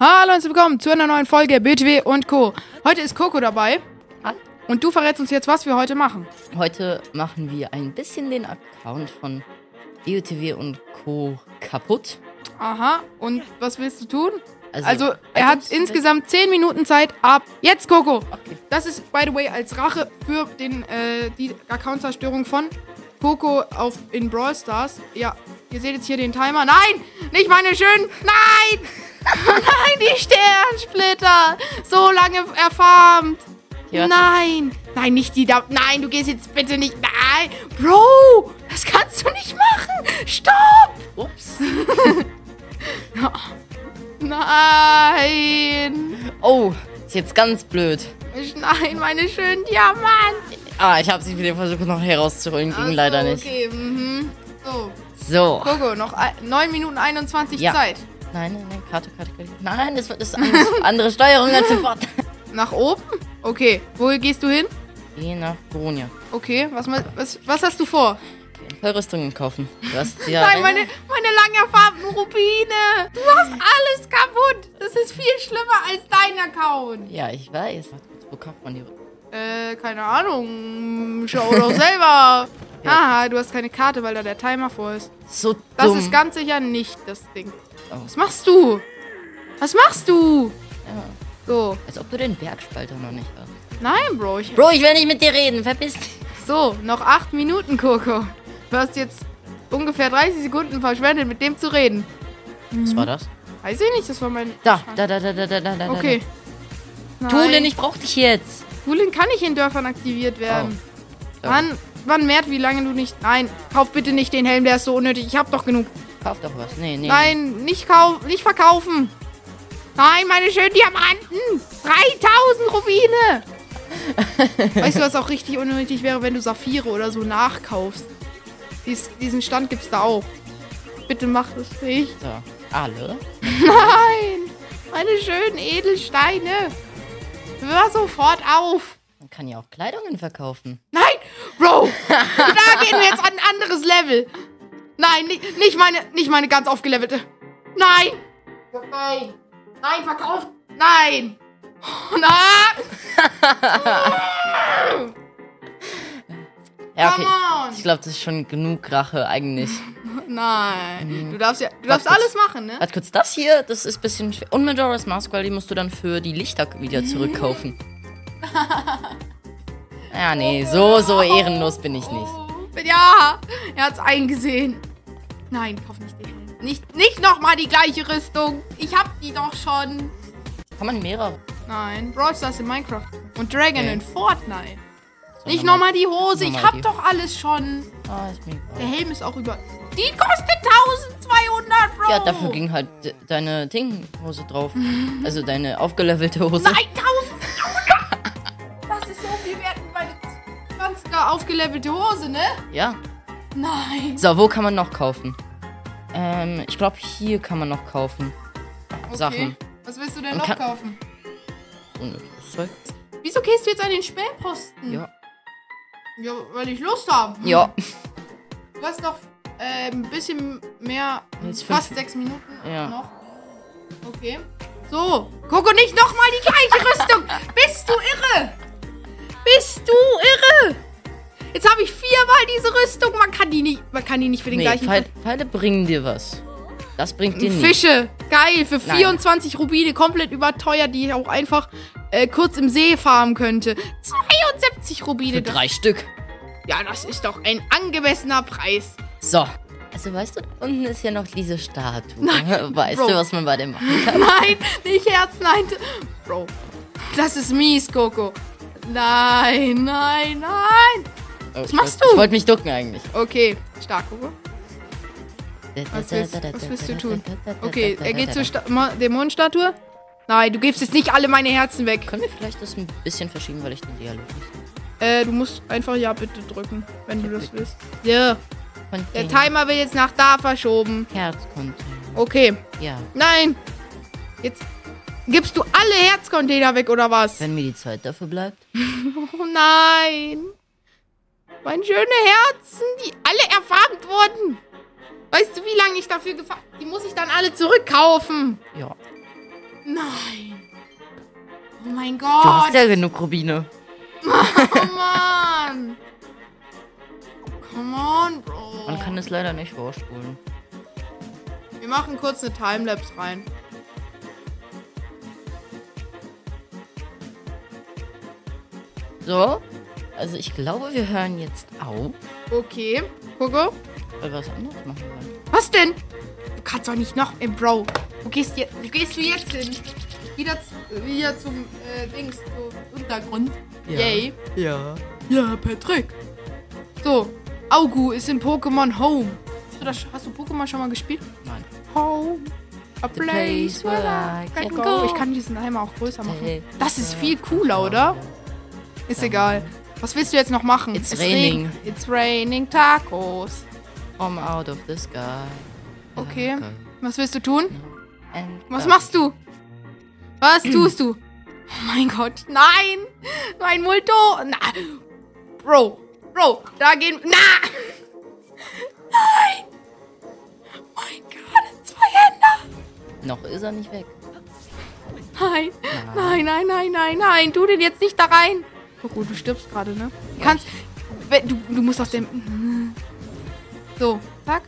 Hallo und herzlich willkommen zu einer neuen Folge BTW und Co. Heute ist Coco dabei. Hallo. Und du verrätst uns jetzt, was wir heute machen. Heute machen wir ein bisschen den Account von BOTW und Co. kaputt. Aha, und was willst du tun? Also, Also, er hat Items- insgesamt 10 Minuten Zeit ab jetzt, Coco. Okay. Das ist, by the way, als Rache für den, äh, die Accountzerstörung von Coco auf, in Brawl Stars. Ja, ihr seht jetzt hier den Timer. Nein, nicht meine schönen. Nein! Nein, die Sternsplitter. So lange erfarmt. Ja, warte. Nein. Nein, nicht die da. Nein, du gehst jetzt bitte nicht. Nein. Bro, das kannst du nicht machen. Stopp. Ups. Nein. Oh, ist jetzt ganz blöd. Nein, meine schönen Diamanten. Ah, ich habe sie wieder versucht noch herauszuholen, ging leider nicht. Okay, mhm. So, So. Gogo, noch ei- 9 Minuten 21 Ja. Zeit. Nein, nein, nein, Karte, Karte, Karte. Nein, nein, das wird- das ist eine andere Steuerung als sofort. Nach oben? Okay, wo gehst du hin? Geh nach Gronia. Okay, was, ma- was, was hast du vor? Rüstungen kaufen. Du hast ja Nein, meine, meine lang erfarbenen Rubine. Du machst alles kaputt. Das ist viel schlimmer als dein Account. Ja, ich weiß. Wo kauft man die Rüstung? Äh, keine Ahnung. Schau doch selber. Aha, du hast keine Karte, weil da der Timer vor ist. So Das dumm. ist ganz sicher nicht das Ding. Oh. Was machst du? Was machst du? Ja. So. Als ob du den Bergspalter noch nicht hast. Nein, Bro, ich Bro, ich will nicht mit dir reden. Verpiss dich. So, noch acht Minuten, Coco. Du hast jetzt ungefähr 30 Sekunden verschwendet, mit dem zu reden. Was war das? Weiß ich nicht, das war mein. Da, da, da, da, da, da, da, da. Okay. da. Nein. Tulin, ich brauch dich jetzt. Tulin kann nicht in Dörfern aktiviert werden. Oh. Ja. Mann, man merkt, wie lange du nicht. Nein, kauf bitte nicht den Helm, der ist so unnötig. Ich hab doch genug. Kauf doch was. Nee, nee. Nein, nicht kauf, nicht verkaufen. Nein, meine schönen Diamanten. 3000 Rubine. weißt du, was auch richtig unnötig wäre, wenn du Saphire oder so nachkaufst? Dies, diesen Stand gibt's da auch. Bitte mach das nicht. So. Alle? Nein, meine schönen Edelsteine. Hör sofort auf. Man kann ja auch Kleidungen verkaufen. Nein, Bro, da gehen wir jetzt an ein anderes Level. Nein, nicht, nicht, meine, nicht meine ganz aufgelevelte. Nein. Nein. Nein, verkauft. Nein. Oh, na, Ja, okay. Come on. Ich glaube, das ist schon genug Rache eigentlich. nein. Du darfst ja, du Hm. Warte darfst kurz. alles machen, ne? Warte kurz, das hier, das ist ein bisschen schwer. Und Majora's Mask, weil die musst du dann für die Lichter wieder zurückkaufen. ja, nee, so, so ehrenlos bin ich nicht. Oh, ja, er hat's eingesehen. Nein, kauf nicht den Helm. Nicht, nicht nochmal die gleiche Rüstung. Ich hab die doch schon. Kann man mehrere. Nein, Brawl Stars in Minecraft und Dragon Okay. in Fortnite. So, Nicht nochmal die Hose, ich nochmal hab die- doch alles schon. Ah, ist mir egal. Der Helm ist auch über. Die kostet 1200, Bro! Ja, dafür ging halt de deine Dinghose drauf. Also deine aufgelevelte Hose. Nein, 1200! das ist so viel wert wie meine 20er aufgelevelte Hose, ne? Ja. Nein. So, wo kann man noch kaufen? Ähm, ich glaube, hier kann man noch kaufen. Sachen. Was willst du denn Und noch kann- kaufen? Unnötiges Zeug. Wieso gehst du jetzt an den Spähposten? Ja. Ja, weil ich Lust habe. Ja. Du hast noch äh, ein bisschen mehr. Jetzt fast fünf- sechs Minuten Ja. noch. Okay. So, Coco, nicht nochmal die gleiche Rüstung. Bist du irre? Bist du irre? Jetzt habe ich viermal diese Rüstung. Man kann die nicht, man kann die nicht für den Nee, gleichen. Pfeil, Pfeile bringen dir was. Das bringt dir nichts. Fische, geil, für Nein. 24 Rubine, komplett überteuert, die ich auch einfach äh, kurz im See farmen könnte. 72 Rubine. Für das- drei Stück. Ja, das ist doch ein angemessener Preis. So. Also weißt du, da unten ist ja noch diese Statue. weißt Bro. du, was man bei dem machen kann? Nein, nicht Herz, nein. Bro, das ist mies, Coco. Nein, nein, nein. Was machst Oh, Ich du? wollte mich ducken eigentlich. Okay, stark, Coco. Was willst, was willst du tun? Okay, er geht zur Sta Ma- Dämonenstatue. Nein, du gibst jetzt nicht alle meine Herzen weg. Können wir vielleicht das ein bisschen verschieben, weil ich den Dialog nicht. Äh, du musst einfach ja bitte drücken, wenn du das willst. Ja, der Container. Timer wird jetzt nach da verschoben. Herzcontainer. Okay, Ja. nein. Jetzt gibst du alle Herzcontainer weg oder was? Wenn mir die Zeit dafür bleibt. Oh nein. Meine schöne Herzen, die alle erfarmt wurden. Weißt du, wie lange ich dafür gefahren Die muss ich dann alle zurückkaufen. Ja. Nein. Nein. Oh mein Du hast Gott. ja genug Rubine. Oh Mann. Come on, Bro. Man kann es leider nicht vorspulen. Wir machen kurz eine Timelapse rein. So, also ich glaube, wir hören jetzt auf, Okay. Gucke. weil wir was anderes machen wollen. Was denn? Du kannst doch nicht noch. Ey, Bro. Wo gehst, je, wo gehst du jetzt hin? Wieder, z- wieder zum äh, Dings, zum Untergrund. Ja. Yay. Ja. Ja, Patrick. So, Augu ist in Pokémon Home. Hast du, das, hast du Pokémon schon mal gespielt? Nein. Home. A The place place where I can go. Ich kann diesen Timer auch größer machen. Das ist viel cooler, oder? Ist egal. Was willst du jetzt noch machen? It's Es raining. regnet. It's raining tacos. Come out of the sky. Okay. Was willst du tun? And Was machst du? Was tust du? Oh mein Gott, nein! Mein Multo! Na. Bro, Bro, da gehen. Na! Nein! Oh Mein Gott, zwei Hände! Noch ist er nicht weg. Nein, nein, nein, nein, nein, nein, tu den jetzt nicht da rein! Oh gut, du stirbst gerade, ne? Du kannst. wenn- Du, du musst aus dem. So, zack.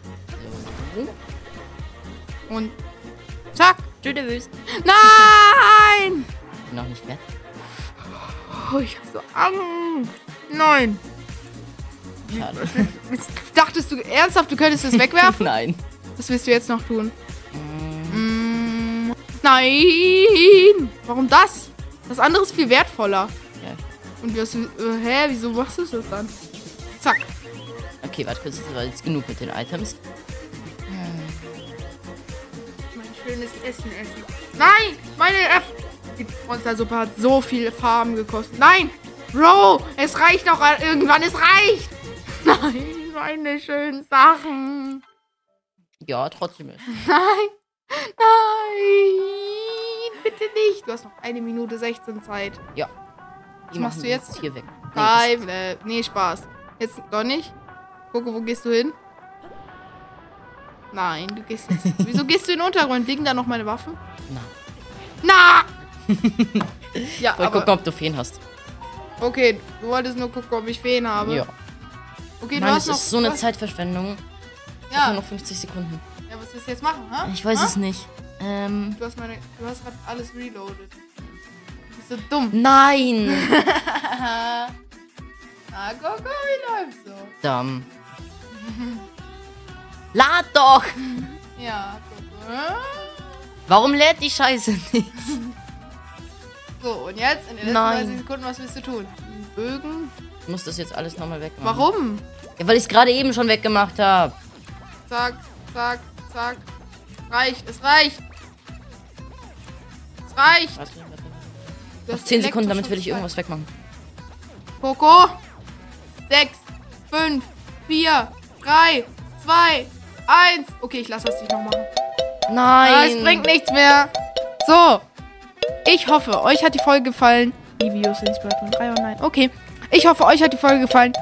So. Und. Zack! Tschüss. Nein! Noch nicht weg. Oh, ich hab so Angst. Nein. Schade. Dachtest du ernsthaft, du könntest es wegwerfen? Nein. Was willst du jetzt noch tun? Mm, nein! Warum das? Das andere ist viel wertvoller. Ja. Und wir sind, äh, hä, wieso machst du das dann? Zack. Okay, warte kurz, das war jetzt genug mit den Items. Mein schönes Essen essen. Nein! Meine F Die Monstersuppe hat so viele Farben gekostet. Nein! Bro! Es reicht doch äh, irgendwann, es reicht! Nein, meine schönen Sachen. Ja, trotzdem. Nein! Nein! Bitte nicht! Du hast noch eine Minute 16 Zeit. Ja. Die machst machen du jetzt? Hier weg. Nee, das- Nein, äh, nee, Spaß. Jetzt doch nicht. Gucke, wo gehst du hin? Nein, du gehst jetzt. Wieso gehst du in den Untergrund? Liegen da noch meine Waffen? Na. Na! ja, Wollt aber, gucken, ob du Feen hast. okay, du wolltest nur gucken, ob ich Feen habe. Ja. Okay, du Mann, hast das noch. ist so eine du hast- Zeitverschwendung. Ich hab Ja. nur noch 50 Sekunden. ja, was willst du jetzt machen, hä? Ich weiß Hä? es nicht. Ähm. Du hast meine. Du hast gerade alles reloaded. Du bist so dumm. Nein! Na, Ah, guck, mal, wie läuft so. Dumm. Lad doch! Ja, gucke. Warum lädt die Scheiße nicht? So, und jetzt in den letzten Nein. 30 Sekunden, was willst du tun? Bögen? Ich muss das jetzt alles nochmal wegmachen. Warum? Ja, weil ich es gerade eben schon weggemacht habe. Zack, zack, zack. Reicht, es reicht. Es reicht. Warte, warte. Du hast 10 Sekunden, damit Elektroschutz will ich frei. irgendwas wegmachen. Coco. 6, 5, 4, 3, 2, 1. Okay, ich lasse das nicht noch machen. Nein! Ah, es bringt nichts mehr. So. Ich hoffe, euch hat die Folge gefallen. Die Videos sind bei 3 online. Okay. Ich hoffe, euch hat die Folge gefallen.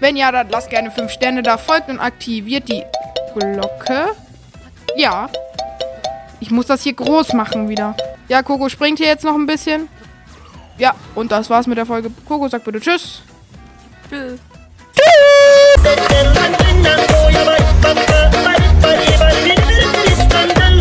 Wenn ja, dann lasst gerne 5 Sterne da. Folgt und aktiviert die Glocke. Ja. Ich muss das hier groß machen wieder. Ja, Coco springt hier jetzt noch ein bisschen. Ja, und das war's mit der Folge. Coco sagt bitte Tschüss. Tschüss.